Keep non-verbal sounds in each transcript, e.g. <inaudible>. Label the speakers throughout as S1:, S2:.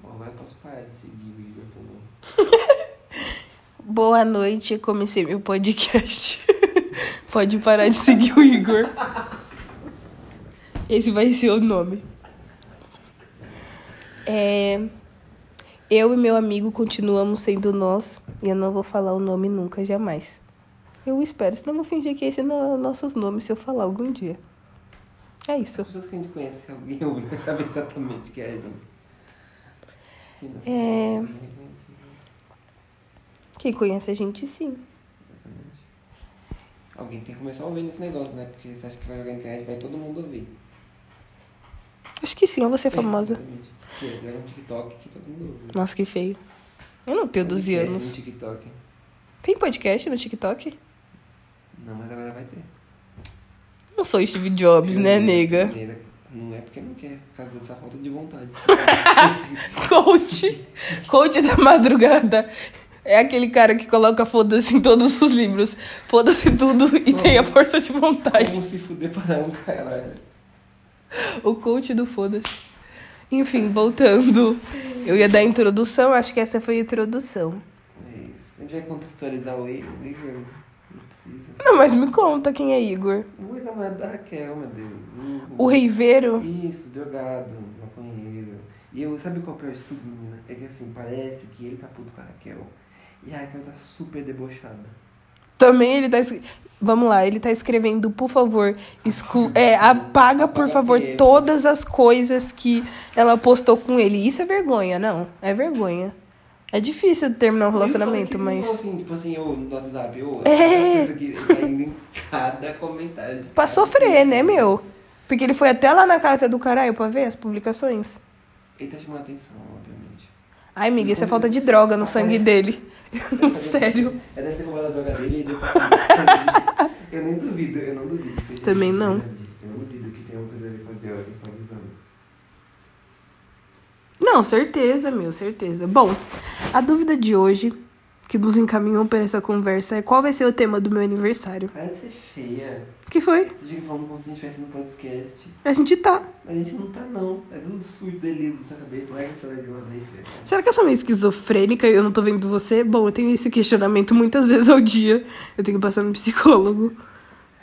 S1: Bom, agora eu posso parar de seguir o Igor também.
S2: Boa noite, comecei meu podcast. <laughs> Pode parar de seguir o Igor. Esse vai ser o nome. É, eu e meu amigo continuamos sendo nós e eu não vou falar o nome nunca, jamais. Eu espero, senão eu vou fingir que esse é no- nossos nomes se eu falar algum dia. É isso.
S1: As pessoas que a gente conhece, alguém ouve, <laughs> vai saber exatamente quem é ele.
S2: É.
S1: né,
S2: Quem conhece a gente, sim.
S1: Alguém tem que começar ouvindo esse negócio, né? Porque você acha que vai jogar na internet, vai todo mundo ouvir.
S2: Acho que sim, eu vou ser famosa.
S1: exatamente. Que é, joga no TikTok que todo mundo ouve.
S2: Nossa, que feio. Eu não tenho 12
S1: Podcast No
S2: anos.
S1: TikTok.
S2: Tem podcast no TikTok?
S1: Não, mas agora vai ter.
S2: Não sou Steve Jobs,
S1: Uhum.
S2: né, nega? <laughs>
S1: Primeira- Não é porque não quer, por causa dessa falta de vontade.
S2: Coach. Coach da madrugada. É aquele cara que coloca foda-se em todos os livros. Foda-se tudo e
S1: Como?
S2: tem a força de vontade.
S1: Como se fuder para um caralho.
S2: O coach do foda-se. Enfim, voltando. Eu ia dar a introdução, acho que essa foi a introdução.
S1: É isso. A gente vai contextualizar o Igor. o Igor Não precisa.
S2: Não, mas me conta quem é Igor.
S1: O ex-namorado da Raquel, meu Deus.
S2: O reiveiro?
S1: Isso, drogado, maconheiro. E eu, sabe qual é o pior de tudo, menina? É que assim, parece que ele tá puto com a Raquel. E a Raquel tá super debochada.
S2: Também ele tá. es- Vamos lá, ele tá escrevendo, por favor, escu... é, apaga, por
S1: Apaga
S2: favor,
S1: mesmo.
S2: todas as coisas que ela postou com ele. Isso é vergonha, não. É vergonha. É difícil terminar um relacionamento,
S1: Eu falo que- eu falo
S2: mas.
S1: Assim, tipo assim, eu no WhatsApp, eu.
S2: É.
S1: essa coisa que ele tá indo em cada comentário.
S2: Pra sofrer, né, meu? Porque ele foi até lá na casa do caralho pra ver as publicações.
S1: Ele tá chamando atenção, obviamente.
S2: Ai, amiga, isso é falta de droga no sangue dele. <laughs> Sério.
S1: Ela É, deve ter roubado a droga dele e deu pra mim. <laughs> Eu nem duvido, eu não duvido. que seja
S2: Também não.
S1: verdade. Eu não duvido que tenha uma coisa a ver com as drogas tá que estão usando.
S2: Não, certeza, meu, certeza. Bom, a dúvida de hoje, que nos encaminhou para essa conversa, é qual vai ser o tema do meu aniversário.
S1: Para de ser feia.
S2: O que foi?
S1: Vocês ficam falando como se a gente estivesse no podcast.
S2: A gente tá.
S1: Mas a gente não tá, não. É tudo surdo delírio da sua cabeça. é Larga essa lágrima daí, velho.
S2: Será que eu sou meio esquizofrênica e eu não tô vendo você? Bom, eu tenho esse questionamento muitas <laughs> vezes ao dia. Eu tenho que passar no psicólogo.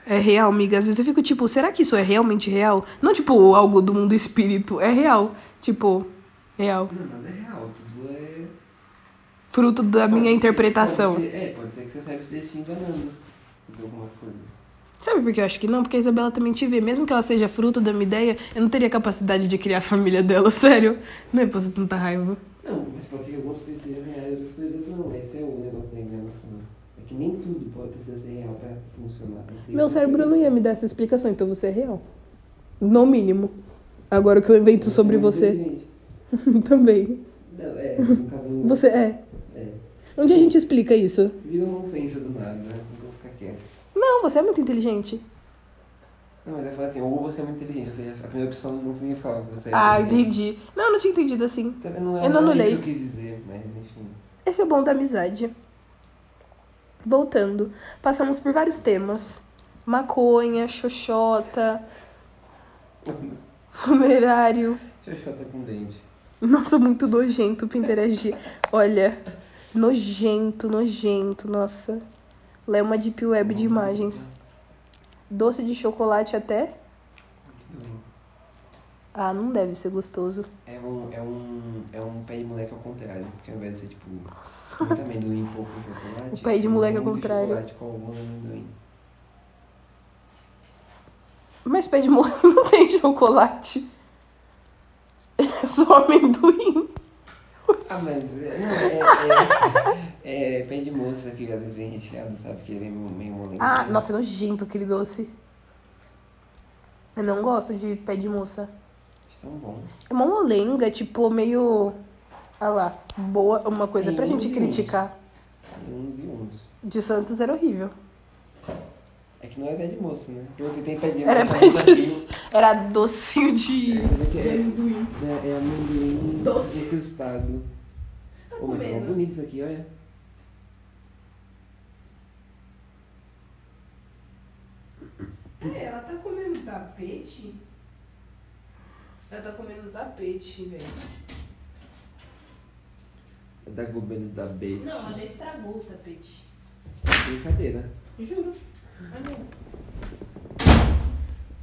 S2: É real, amiga. Às vezes eu fico tipo, será que isso é realmente real? Não tipo algo do mundo espírito. É real. Tipo, real.
S1: Não, nada é real. Tudo é...
S2: Fruto da
S1: pode
S2: minha
S1: ser-
S2: interpretação.
S1: pode ser- é, pode ser que você saiba que você esteja se enganando. Sobre algumas coisas.
S2: Sabe por que eu acho que não? Porque a Isabela também te vê. Mesmo que ela seja fruto da minha ideia, eu não teria capacidade de criar a família dela, <laughs> sério. Não é pra você tanta raiva.
S1: Não, mas pode ser que algumas coisas sejam reais, outras coisas não. Esse é o negócio da enganação. É que nem tudo pode precisar ser real pra funcionar. Tem
S2: Meu
S1: que-
S2: cérebro não ia me dar essa explicação, então você é real. No mínimo. Agora o que eu invento sobre
S1: é
S2: você
S1: inteligente.
S2: <laughs> também.
S1: Não,
S2: <laughs>
S1: é, no caso... não.
S2: Você é.
S1: É.
S2: Onde a gente explica isso?
S1: Virou uma ofensa do nada, né? Não vou ficar quieto.
S2: Não, você é muito inteligente.
S1: Não, mas eu falo assim, ou você é muito inteligente, ou seja, a primeira opção não significava que você é
S2: Ah,
S1: inteligente.
S2: entendi. Não, eu não tinha entendido assim.
S1: Também não é
S2: Eu não
S1: não é
S2: anulei.
S1: isso que eu quis dizer, mas enfim.
S2: Esse é o bom da amizade. Voltando. Passamos por vários temas. Maconha, xoxota, <laughs> funerário.
S1: Deixa eu até com dente.
S2: <laughs> Nossa, muito nojento o Pinterest. Olha, nojento, nojento, nossa. Lá é uma deep web de
S1: Nossa,
S2: imagens. Doce de chocolate até?
S1: que doido.
S2: Ah, não deve ser gostoso.
S1: É um, é um, é um pé de moleque ao contrário, porque ao invés de ser tipo
S2: Nossa.
S1: muito amendoim, pouco chocolate.
S2: O pé de moleque ao
S1: muito
S2: contrário.
S1: chocolate com algum amendoim.
S2: Mas pé de moleque <laughs> não tem chocolate. É só amendoim.
S1: Ah, mas é, não, é, é, é pé de moça que às vezes vem recheado, sabe? Que ele vem meio meio moleque.
S2: Ah, nossa, é nojento aquele doce. Eu não gosto de pé de moça.
S1: Isso é tão bom.
S2: É uma molenga, tipo, meio. Ah lá, boa, uma coisa pra gente criticar.
S1: Tem uns e uns.
S2: De Santos era horrível.
S1: É que não é pé de moça, né? Eu tentei pé de moça.
S2: Era
S1: mas
S2: pé de...
S1: aquilo-
S2: Era docinho de...
S1: É, como um é que
S2: de
S1: é?
S2: amendoim.
S1: É, é amendoim
S2: Doce.
S1: incrustado.
S2: tá
S1: Pô, mas tá
S2: comendo?
S1: bonito isso aqui, olha.
S3: ela tá comendo tapete? Ela tá comendo tapete, velho.
S1: É da Gubeno da Bey.
S3: Não, mas já estragou o tapete.
S1: Brincadeira.
S3: Juro. Olha.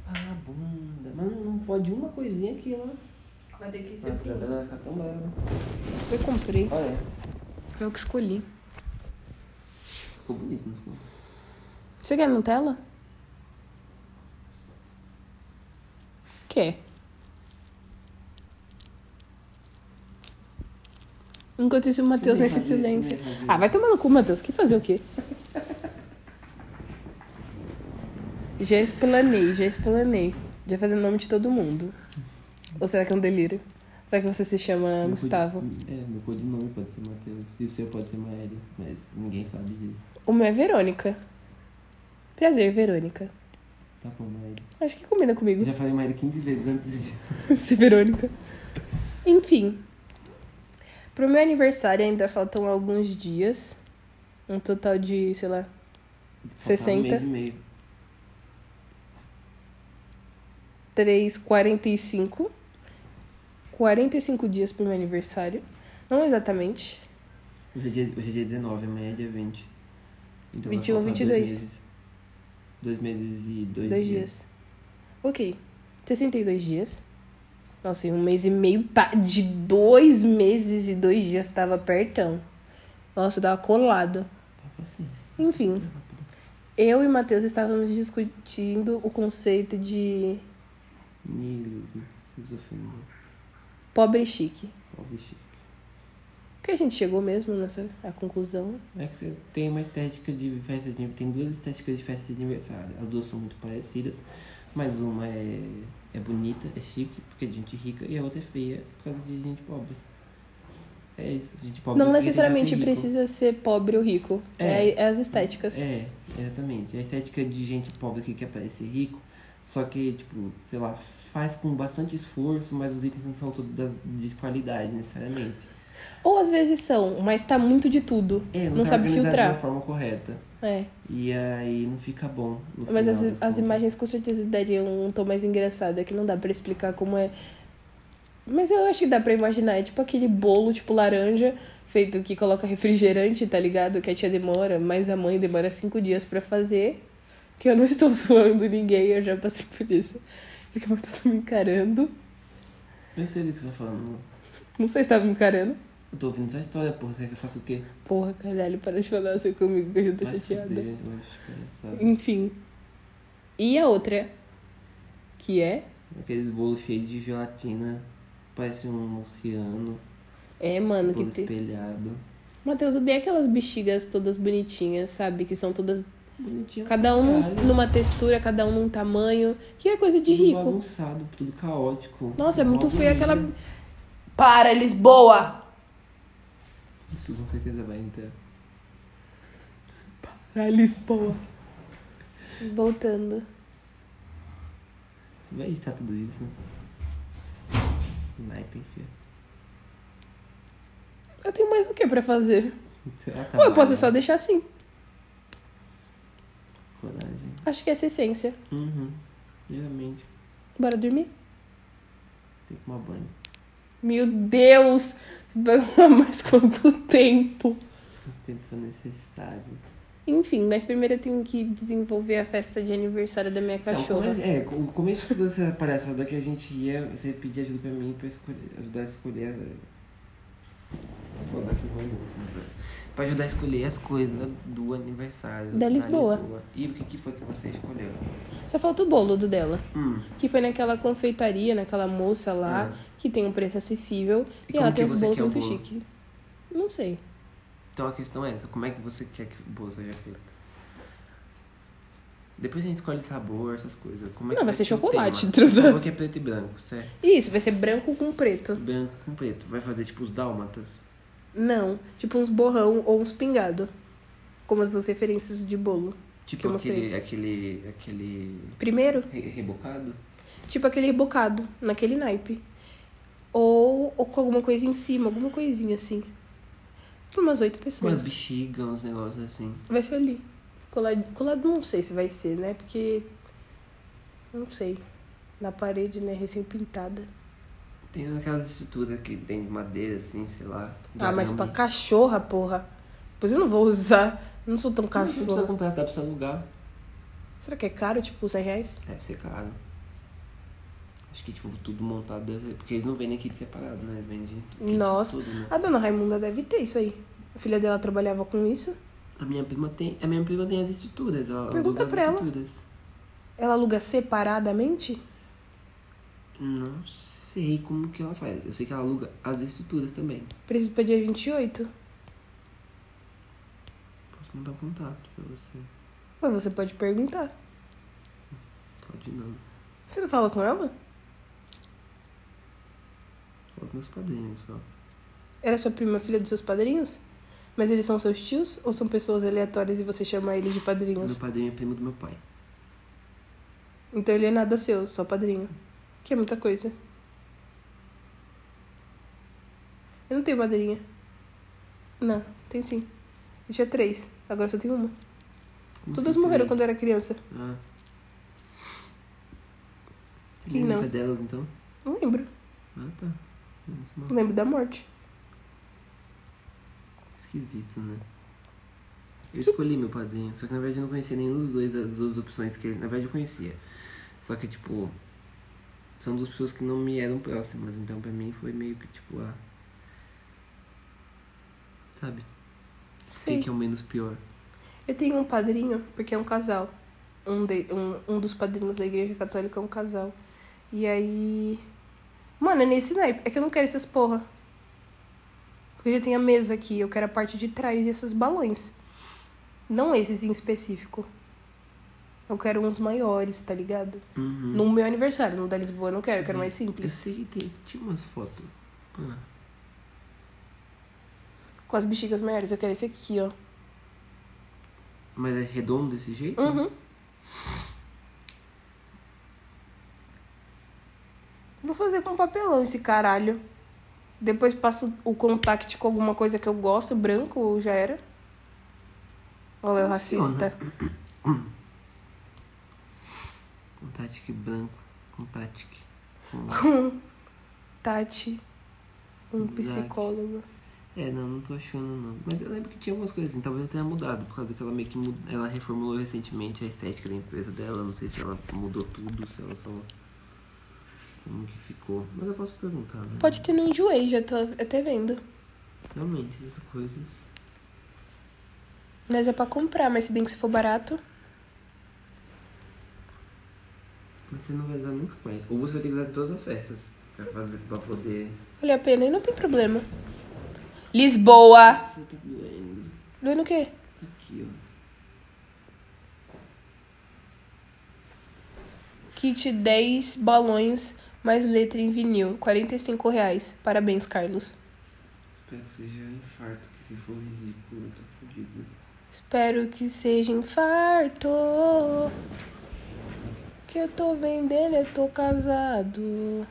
S1: Ah, bunda. Mas não pode uma coisinha aqui, ó.
S3: Vai ter que ser
S1: Nossa, a
S3: pro
S1: vela vai ficar tão leve.
S2: Eu comprei.
S1: Olha,
S2: Eu que escolhi.
S1: ficou bonito, não ficou?
S2: Você quer Nutella? Quer. Enquanto isso, o Matheus
S1: Você
S2: nesse
S1: tem razão,
S2: silêncio.
S1: você tem razão.
S2: Ah, vai tomar no cu, Matheus. Que fazer o quê? Já explanei, já explanei. Já falei o nome de todo mundo. Ou será que é um delírio? Será que você se chama
S1: Meu
S2: Gustavo?
S1: codi- É, meu codinome pode ser Matheus. E o seu pode ser Maélia. Mas ninguém sabe disso.
S2: O meu é Verônica. Prazer, Verônica.
S1: Tá bom, Maélia.
S2: Acho que combina
S1: Eu
S2: comigo. <laughs>
S1: já falei Maélia 15 vezes antes de.
S2: Se Verônica. Enfim. Pro meu aniversário ainda faltam alguns dias. Um total de, sei lá.
S1: Faltava
S2: 60.
S1: Um mês e meio.
S2: 3, 45. 45 dias pro meu aniversário. Não exatamente.
S1: Hoje é dia, hoje é dia 19, amanhã é dia 20. Então vai
S2: 21,
S1: faltar
S2: 22.
S1: Dois meses, dois meses e dois,
S2: Dois dias. Ok. 62 dias. Nossa, e um mês e meio tá. De dois meses e dois dias tava pertão. Nossa, dava colado.
S1: Tá fácil.
S2: Enfim. Eu e Matheus estávamos discutindo o conceito de
S1: Nihilismo, esquizofrenia,
S2: pobre chique.
S1: pobre chique.
S2: Porque a gente chegou mesmo nessa a conclusão.
S1: É que você tem uma estética de festa de tem duas estéticas de festa de aniversário. As duas são muito parecidas, mas uma é, é bonita, é chique, porque é de gente rica, e a outra é feia por causa de gente pobre. É isso, gente pobre.
S2: Não
S1: fica tentando ser
S2: necessariamente
S1: rico.
S2: precisa ser pobre ou rico. É,
S1: É.
S2: é as estéticas.
S1: É, exatamente. A estética de gente pobre que quer parecer rico, só que, tipo, sei lá, faz com bastante esforço, mas os itens não são todos das- de qualidade, necessariamente.
S2: Ou às vezes são, mas tá muito de tudo.
S1: É,
S2: não
S1: tá
S2: sabe
S1: organizado
S2: filtrar.
S1: de uma forma correta.
S2: É.
S1: E aí não fica bom. no
S2: Mas
S1: final
S2: as,
S1: das
S2: as
S1: contas.
S2: imagens com certeza dariam um tom mais engraçado. É que não dá pra explicar como é. Mas eu acho que dá pra imaginar. É tipo aquele bolo, tipo laranja, feito que coloca refrigerante, tá ligado? Que a tia demora, mas a mãe demora cinco dias pra fazer. Que eu não estou <laughs> suando ninguém, eu já passei por isso. Porque muitos estão me encarando.
S1: Eu sei do que você tá falando.
S2: Não sei se tava me encarando.
S1: Eu tô ouvindo sua história, porra. Você quer que eu faça o quê?
S2: Porra, caralho, para de falar assim comigo que eu já tô
S1: Vai se
S2: chateada.
S1: fuder, eu acho que é, sabe?
S2: Enfim. E a outra, que é.
S1: Aqueles bolos cheios de gelatina. Parece um oceano.
S2: É, mano, que
S1: bolo
S2: tem.
S1: espelhado.
S2: Matheus, odeia aquelas bexigas todas bonitinhas, sabe? Que são todas.
S1: Bonitinho.
S2: Cada um
S1: pra caralho.
S2: numa textura, cada um num tamanho. Que é coisa de
S1: Tudo
S2: rico.
S1: bagunçado, tudo caótico.
S2: Nossa, é muito
S1: Uma
S2: feio
S1: agonia.
S2: aquela. Para, Lisboa!
S1: Isso com certeza vai entrar.
S2: Para, Lisboa! Voltando.
S1: Você vai editar tudo isso? Naipe, enfia.
S2: Eu tenho mais o que pra fazer?
S1: Sei lá, tá
S2: Ou eu posso
S1: bom.
S2: só deixar assim.
S1: Coragem.
S2: Acho que essa é a essência.
S1: Uhum. Geralmente.
S2: Bora dormir?
S1: Tem que tomar banho.
S2: Meu Deus! Vai rolar mais quanto tempo?
S1: O tempo foi necessário.
S2: Enfim, mas primeiro eu tenho que desenvolver a festa de aniversário da minha
S1: Então,
S2: cachorra.
S1: como é, é, o começo dessa palhaçada que a gente ia, você ia pedir ajuda pra mim pra escolher, ajudar a escolher. a- Foda-se, vai, não. Pra ajudar a escolher as coisas do aniversário.
S2: Da Lisboa.
S1: E o que, que foi que você escolheu?
S2: Só falta o bolo do dela.
S1: Hum, é.
S2: Que foi naquela confeitaria, naquela moça lá, que tem um preço acessível.
S1: E
S2: E,
S1: como
S2: ela
S1: que
S2: tem uns
S1: você
S2: bolos
S1: quer o
S2: muito
S1: bolo?
S2: chique. Não sei.
S1: então a questão é essa: como é que você quer que o bolo seja feito? Depois a gente escolhe sabor, essas coisas. Como é
S2: Não,
S1: que
S2: vai ser
S1: o
S2: chocolate,
S1: tema?
S2: truta.
S1: Sabor que é preto e branco, certo?
S2: E isso, vai ser branco com preto.
S1: Branco com preto. Vai fazer tipo os dálmatas.
S2: Não, tipo uns borrão ou uns pingado. Como as duas referências de bolo. Que
S1: Tipo
S2: eu
S1: aquele, aquele. aquele.
S2: Primeiro,
S1: re- rebocado?
S2: tipo aquele rebocado, naquele naipe. Ou, ou com alguma coisa em cima, alguma coisinha assim. Pra umas oito pessoas.
S1: Umas bexigas, uns negócios assim.
S2: Vai ser ali. Colado, colado não sei se vai ser, né? Porque. Não sei. Na parede, né? Recém-pintada.
S1: Tem aquelas estruturas que tem de madeira, assim, sei lá. de
S2: Ah, mas pra
S1: arame.
S2: cachorra, porra. Pois eu não vou usar. Não sou tão
S1: Não, assim Você não precisa
S2: cachorra.
S1: comprar, dá pra você alugar.
S2: Será que é caro, tipo, 100 reais?
S1: Deve ser caro. Acho que, tipo, tudo montado deve ser. Porque eles não vendem kit separado, né? Eles vendem kit
S2: Nossa.
S1: tudo, né?
S2: A dona Raimunda deve ter isso aí. A filha dela trabalhava com isso.
S1: A minha prima tem. A minha prima tem as estruturas. Ela
S2: Pergunta
S1: aluga
S2: pra
S1: as
S2: ela.
S1: estruturas.
S2: Ela aluga separadamente?
S1: Não sei como que ela faz. Eu sei que ela aluga as estruturas também.
S2: Preciso pra dia 28?
S1: Posso mandar contato pra você.
S2: Mas você pode perguntar.
S1: Pode não.
S2: Você não fala com ela?
S1: Só com meus padrinhos só.
S2: Ela é sua prima filha dos seus padrinhos? Mas eles são seus tios ou são pessoas aleatórias e você chama eles de padrinhos?
S1: Meu padrinho é primo do meu pai.
S2: Então ele é nada seu, só padrinho. Que é muita coisa. Eu não tenho madrinha. Não, tem sim. Eu tinha três, agora só tenho uma.
S1: Como
S2: Todas
S1: assim,
S2: morreram
S1: primo?
S2: quando eu era criança.
S1: Ah.
S2: Quem
S1: Lembra
S2: não?
S1: delas então?
S2: Não lembro.
S1: Ah tá. Menos mal.
S2: Não lembro da morte.
S1: Esquisito, né? Eu escolhi meu padrinho, só que na verdade eu não conhecia nenhum dos dois, das duas opções que ele. Na verdade eu conhecia. Só que, tipo, são duas pessoas que não me eram próximas, então pra mim foi meio que, tipo, a. Sabe? Sei
S2: Sei.
S1: que é o menos pior.
S2: Eu tenho um padrinho, porque é um casal. Um, de, um, um dos padrinhos da igreja católica é um casal. E aí. Mano, é nesse naipe. É que eu não quero essas porra. Porque eu já tenho a mesa aqui. Eu quero a parte de trás e esses balões. Não esses em específico. Eu quero uns maiores, tá ligado?
S1: Uhum.
S2: No meu aniversário, no da Lisboa, eu não quero. Eu quero mais
S1: Eu
S2: simples.
S1: sei que tem, tinha umas fotos. Ah,
S2: Com as bexigas maiores. Eu quero esse aqui, ó.
S1: mas é redondo desse jeito?
S2: Uhum. Vou fazer com papelão esse caralho. Depois passo o contact com alguma coisa que eu gosto, branco, ou já era. Olha, eu
S1: Funciona.
S2: racista.
S1: Com Tatic branco, com Tatic. com-
S2: Tati, um
S1: Isaac.
S2: psicólogo.
S1: É, não, não tô achando não. Mas eu lembro que tinha algumas coisas assim, talvez eu tenha mudado, por causa que ela meio que mud... ela reformulou recentemente a estética da empresa dela, não sei se ela mudou tudo, se ela só. Como que ficou. Mas eu posso perguntar, né?
S2: Pode ter no enjoei, já tô até vendo.
S1: Realmente, essas coisas.
S2: Mas é pra comprar, mas se bem que se for barato.
S1: Mas você não vai usar nunca mais. Ou você vai ter que usar em todas as festas. Pra fazer, pra poder.
S2: Vale a pena e não tem problema. Lisboa!
S1: Você tá doendo.
S2: Doendo o quê?
S1: Aqui, ó.
S2: Kit 10 balões mais letra em vinil, 45 reais. Parabéns, Carlos.
S1: Espero que seja um infarto, que se for vesícula, eu tô fudido.
S2: Espero que seja infarto. Que eu tô vendendo, eu tô casado.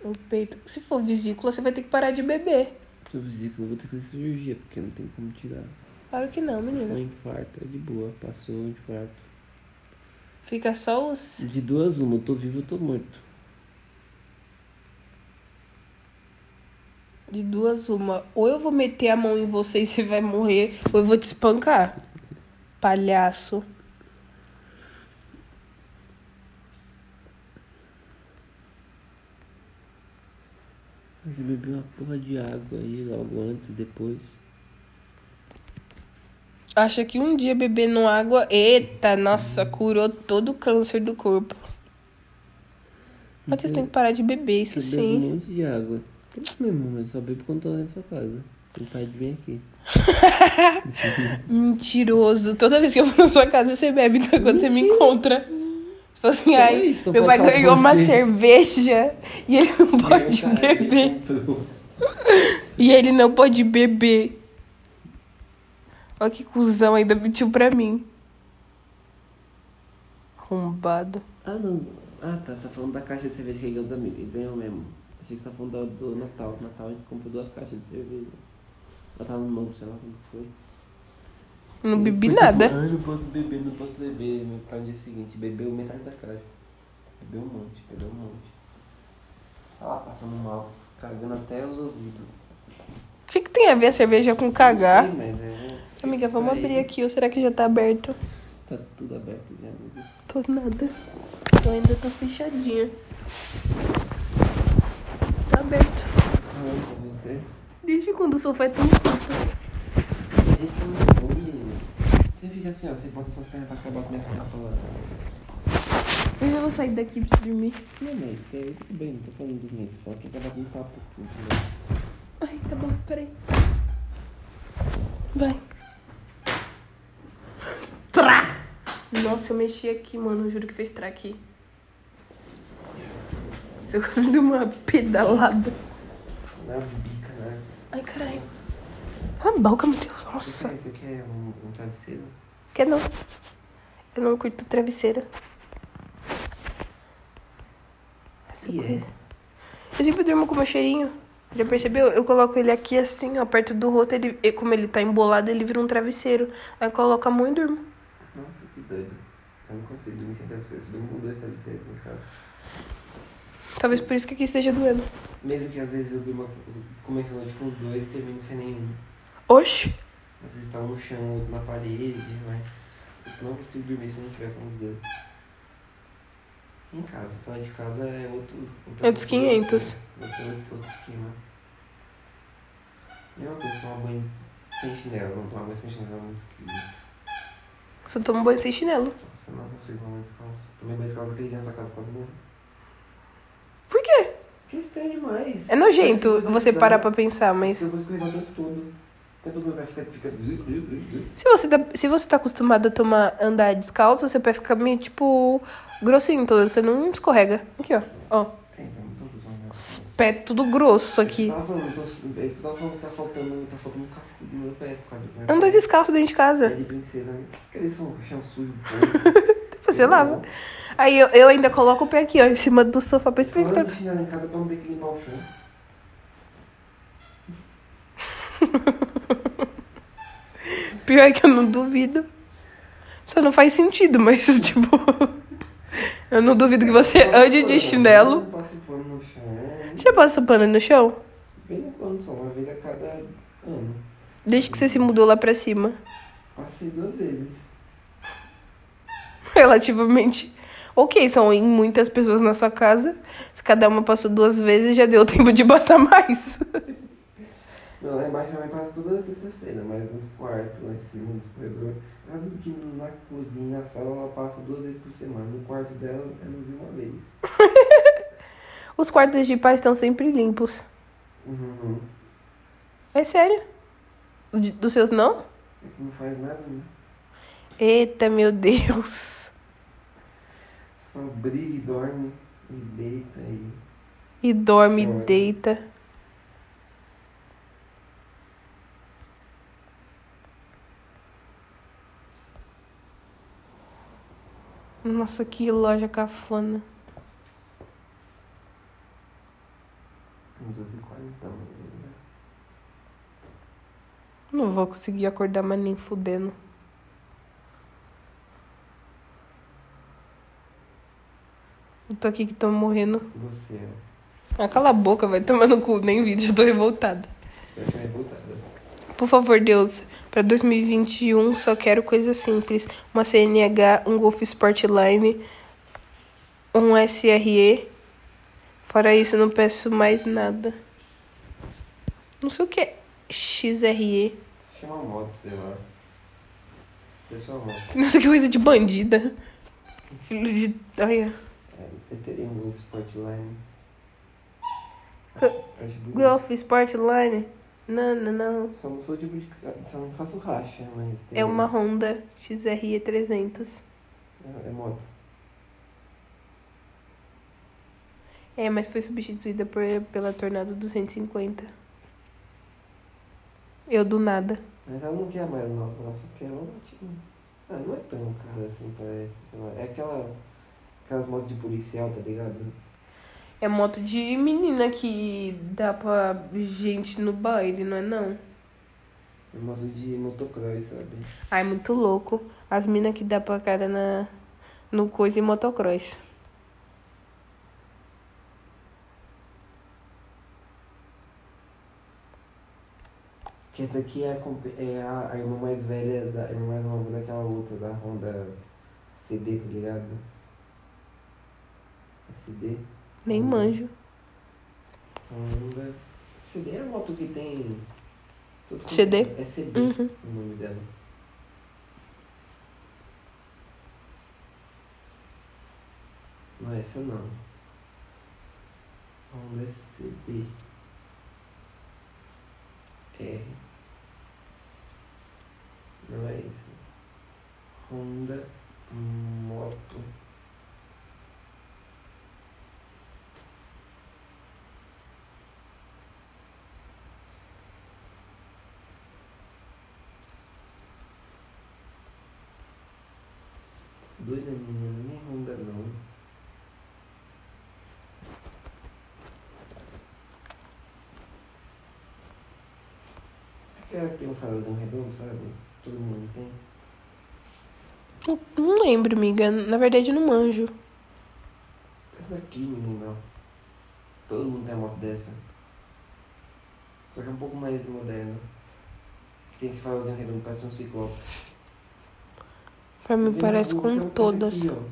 S2: O peito. Se for vesícula, você vai ter que parar de beber.
S1: Se eu vesícula, eu vou ter que fazer cirurgia, porque não tem como tirar.
S2: Claro que não,
S1: Um
S2: menina.
S1: infarto é de boa, passou o infarto.
S2: Fica só os.
S1: De duas, uma, eu tô vivo ou tô morto.
S2: De duas, uma. Ou eu vou meter a mão em você e você vai morrer, ou eu vou te espancar. Palhaço.
S1: Você bebeu uma porra de água aí logo antes e depois.
S2: Acha que um dia bebendo água, eita, nossa, curou todo o câncer do corpo. Mas vocês
S1: Então,
S2: têm que parar de beber, isso
S1: Você bebe um
S2: sim.
S1: monte de água. Eu também, irmão, mas eu só bebo quando tô lá na sua casa. Tem pai de vir aqui.
S2: Mentiroso. Toda vez que eu vou na sua casa, você bebe, então quando você me encontra. Você fala assim,
S1: Então é
S2: ai,
S1: isso, então
S2: meu pai
S1: pode falar
S2: ganhou
S1: com
S2: uma
S1: você." É
S2: cerveja e ele não pode beber. E ele não pode beber. Olha que cuzão, ainda mentiu pra mim. Arrombado.
S1: Ah, não. Ah, tá. Você tá falando da caixa de cerveja que ele ganhou dos amigos. Ele ganhou mesmo. Achei que você tá falando da- do Natal. Natal a gente comprou duas caixas de cerveja. Natal no novo, sei lá quando que foi.
S2: Eu Não bebi
S1: Foi tipo,
S2: nada.
S1: "Ah, não posso beber, não posso beber. Meu pai no dia seguinte bebeu metade da caixa. Bebeu um monte, bebeu um monte. Tá lá passando mal, cagando até os ouvidos.
S2: O que, que tem a ver a cerveja com cagar?
S1: Não sei, mas é.
S2: Amiga, vamos
S1: Aí,
S2: abrir aqui, ou será que já tá aberto?
S1: Tá tudo aberto já, amiga.
S2: Tô nada. Eu ainda tô fechadinha. Tá aberto.
S1: Falando com você.
S2: Desde quando o sofá é tão curto?
S1: A gente tá muito bom, menina. Você fica assim, ó, você bota suas pernas pra cá, bota minhas pernas pra lá.
S2: Eu já vou sair daqui pra você dormir.
S1: Não, mãe, é, tudo bem, não tô falando do medo. Fala que é pra bater um papo. entendeu?
S2: Ai, tá bom, peraí. Vai. Trá! Nossa, eu mexi aqui, mano. eu Juro que fez trá aqui. Você deu uma pedalada.
S1: Na bica, né?
S2: Ai, caralho. Cala a boca, meu Deus. Nossa.
S1: Você, você quer um, um travesseiro?
S2: Quer não? Eu não curto travesseiro. Essa
S1: E é?
S2: coisa. Eu sempre durmo com o meu cheirinho. Já percebeu? Eu coloco ele aqui assim, ó, perto do rosto. Ele, e como ele tá embolado, ele vira um travesseiro. Aí eu coloco a mão e durmo.
S1: Nossa, que doido. É um Eu não consigo dormir sem travesseiro. Eu durmo com dois travesseiros em casa.
S2: Talvez por isso que aqui esteja doendo.
S1: Mesmo que às vezes eu durma começo a noite com os dois e termino sem nenhum.
S2: Oxi!
S1: Às vezes tá um no chão, outro na parede, mas eu não consigo dormir se eu não tiver com os dois. Em casa, fora de casa é outro. outra
S2: Outros
S1: configuração,
S2: 500.
S1: Outro, outro, outro esquema. Mesma coisa, tomar banho sem chinelo. Não tomar banho sem chinelo é muito esquisito.
S2: Só tomo banho sem chinelo.
S1: Nossa, eu não consigo tomar banho descalço. Tomei banho descalço aquele dia nessa casa quase morri.
S2: Por quê?
S1: Que estranho demais.
S2: É nojento você parar
S1: para
S2: pra pensar, mas.
S1: Eu vou escorregar o tempo todo. O tempo todo meu pé fica. fica...
S2: Se você, tá, se você tá acostumado a tomar, andar descalço, você vai ficar meio, tipo, grossinho, então você não escorrega. Aqui, ó. Ó.
S1: É, tá muito confusão, né?
S2: Os pé tudo grosso aqui.
S1: Eu tava falando, tô, eu tava falando que tá faltando, tá faltando um casco no meu pé por causa do meu pé.
S2: Anda descalço dentro de
S1: Pé
S2: casa.
S1: de princesa, né? Que eles são chão sujo,
S2: <laughs>
S1: pô.
S2: Depois você lava. Aí eu, eu ainda coloco o pé aqui, ó, em cima do sofá pra
S1: Só
S2: esquentar.
S1: de chinelo em casa pra não ter que limpar o chão.
S2: Pior que eu não duvido. Só não faz sentido, mas, <laughs> tipo. eu não duvido que você
S1: Eu
S2: ande
S1: passo
S2: de
S1: pano,
S2: chinelo.
S1: Eu passo pano no chão.
S2: Já passou pano no chão?
S1: De vez em quando só, uma vez a cada ano.
S2: Desde que você se mudou lá pra cima. <laughs>
S1: Passei duas vezes.
S2: Relativamente. Ok, são em muitas pessoas na sua casa. Se cada uma passou duas vezes, já deu <laughs> tempo de passar mais.
S1: Não, é lá embaixo minha mãe passa toda sexta-feira, mas nos quartos, lá em cima, nos corredores. Mas o que na cozinha, na sala, ela passa duas vezes por semana. No quarto dela, ela me viu uma vez.
S2: Os quartos de paz estão sempre limpos.
S1: Uhum.
S2: É sério? De- Dos seus não?
S1: É que não faz nada, né?
S2: Eita, meu Deus.
S1: Só briga e dorme, e deita e.
S2: E dorme, e
S1: Chora.
S2: deita. Nossa, que loja cafona.
S1: 12h40 da manhã.
S2: Não vou conseguir acordar mais nem fudendo. Eu tô aqui que tô morrendo.
S1: Você, né? ó.
S2: Ah, cala a boca, vai tomar no cu, nem vídeo, eu tô revoltada.
S1: Você vai ficar né? revoltada.
S2: Por favor, Deus, pra 2021 só quero coisa simples. Uma CNH, um Golf Sportline, um SRE. Fora isso, não peço mais nada. Não sei o que é XRE.
S1: Chama é uma moto, sei lá. Deve ser uma moto.
S2: <laughs> Nossa, que coisa de bandida. Filho de... Olha.
S1: É, eu teria um Wolf Spotline.
S2: Co-
S1: Eu acho bonito.
S2: Golf Sportline. Não, não, não.
S1: Só não sou o tipo de. ca- Só não faço racha, mas. tem-
S2: É uma Honda XRE 300.
S1: É, é moto.
S2: É, mas foi substituída por, pela Tornado 250. Eu do nada.
S1: Mas ela não quer mais nova, ela só quer uma motinha. Ah, não é tão cara assim, parece. Sei lá. É aquela. Aquelas motos de policial, tá ligado?
S2: É moto de menina que dá pra gente no baile, não é não?
S1: É moto de motocross, sabe?
S2: Ai, muito louco. As minas que dá pra cara na, no coisa e motocross.
S1: Que essa aqui é a, comp- é a, a irmã mais velha, da, a irmã mais nova daquela outra, da Honda CD, tá ligado? É CD.
S2: Nem manjo.
S1: Então, Honda. CD é a moto que tem. tudo com-
S2: CD?
S1: É CD
S2: Uhum.
S1: o nome dela. Não é essa não. é Honda CD. R. Não é isso. Honda Moto. Doida menina, nem Honda não. Aquela que tem um farolzinho redondo, sabe? Todo mundo tem.
S2: Não- Não lembro, amiga. Na verdade, não manjo.
S1: Essa aqui, menina. Todo mundo tem uma moto dessa. Só que é um pouco mais moderna. Que tem esse farolzinho redondo, parece um ciclope.
S2: Pra
S1: Você
S2: mim,
S1: vê na
S2: parece
S1: rua,
S2: com
S1: qualquer um tem
S2: todas.
S1: essa aqui, ó.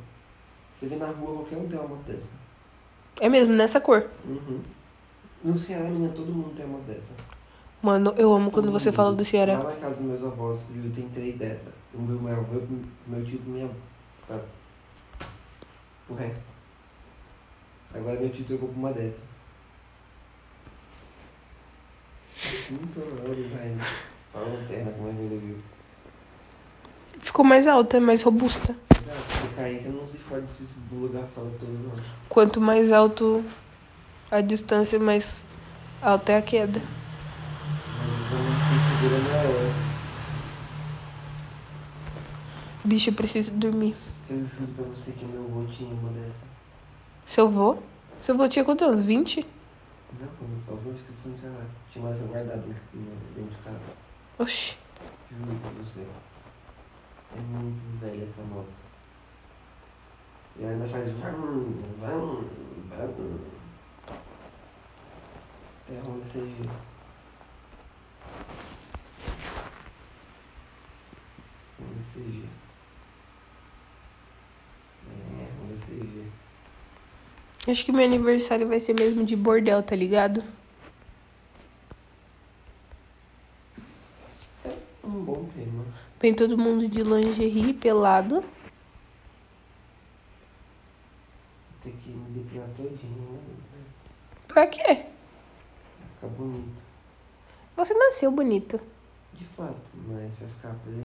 S1: Você vê na rua, qualquer um tem uma moto dessa.
S2: É mesmo, nessa cor.
S1: Uhum. No Ceará, menina, todo mundo tem uma moto dessa.
S2: Mano, eu amo quando você fala do Ceará.
S1: Lá na casa dos meus avós, eu tenho três dessa. O meu, meu avô, o meu tio e minha avó. Tá. O resto. Agora meu tio trocou por uma dessa. Muito legal, design. Olha a lanterna como é que ele viu.
S2: Ficou mais alta, mais robusta.
S1: Exato, se cair, você não se fode desse bolo da sala toda, não.
S2: Quanto mais alto a distância, mais alta é a queda.
S1: Mas os homens que segura na hora.
S2: Bicho, eu preciso dormir.
S1: Eu juro pra você que meu avô tinha uma dessa.
S2: Se eu vou? Se eu vou, tinha quantos anos? 20?
S1: Não, quando eu vou, que foi no celular. Tinha mais guardado dentro dentro de casa.
S2: Oxi.
S1: Juro pra você. É muito velha essa moto. E ela ainda faz vrum, vrum, vrum. É a Honda CG. Honda CG. É, Honda CG.
S2: Acho que meu aniversário vai ser mesmo de bordel, tá ligado?
S1: Um bom tema.
S2: Vem todo mundo de lingerie pelado.
S1: Tem que me depilar todinho, né?
S2: Pra quê?
S1: Vai ficar bonito.
S2: Você nasceu bonito.
S1: De fato, mas vai ficar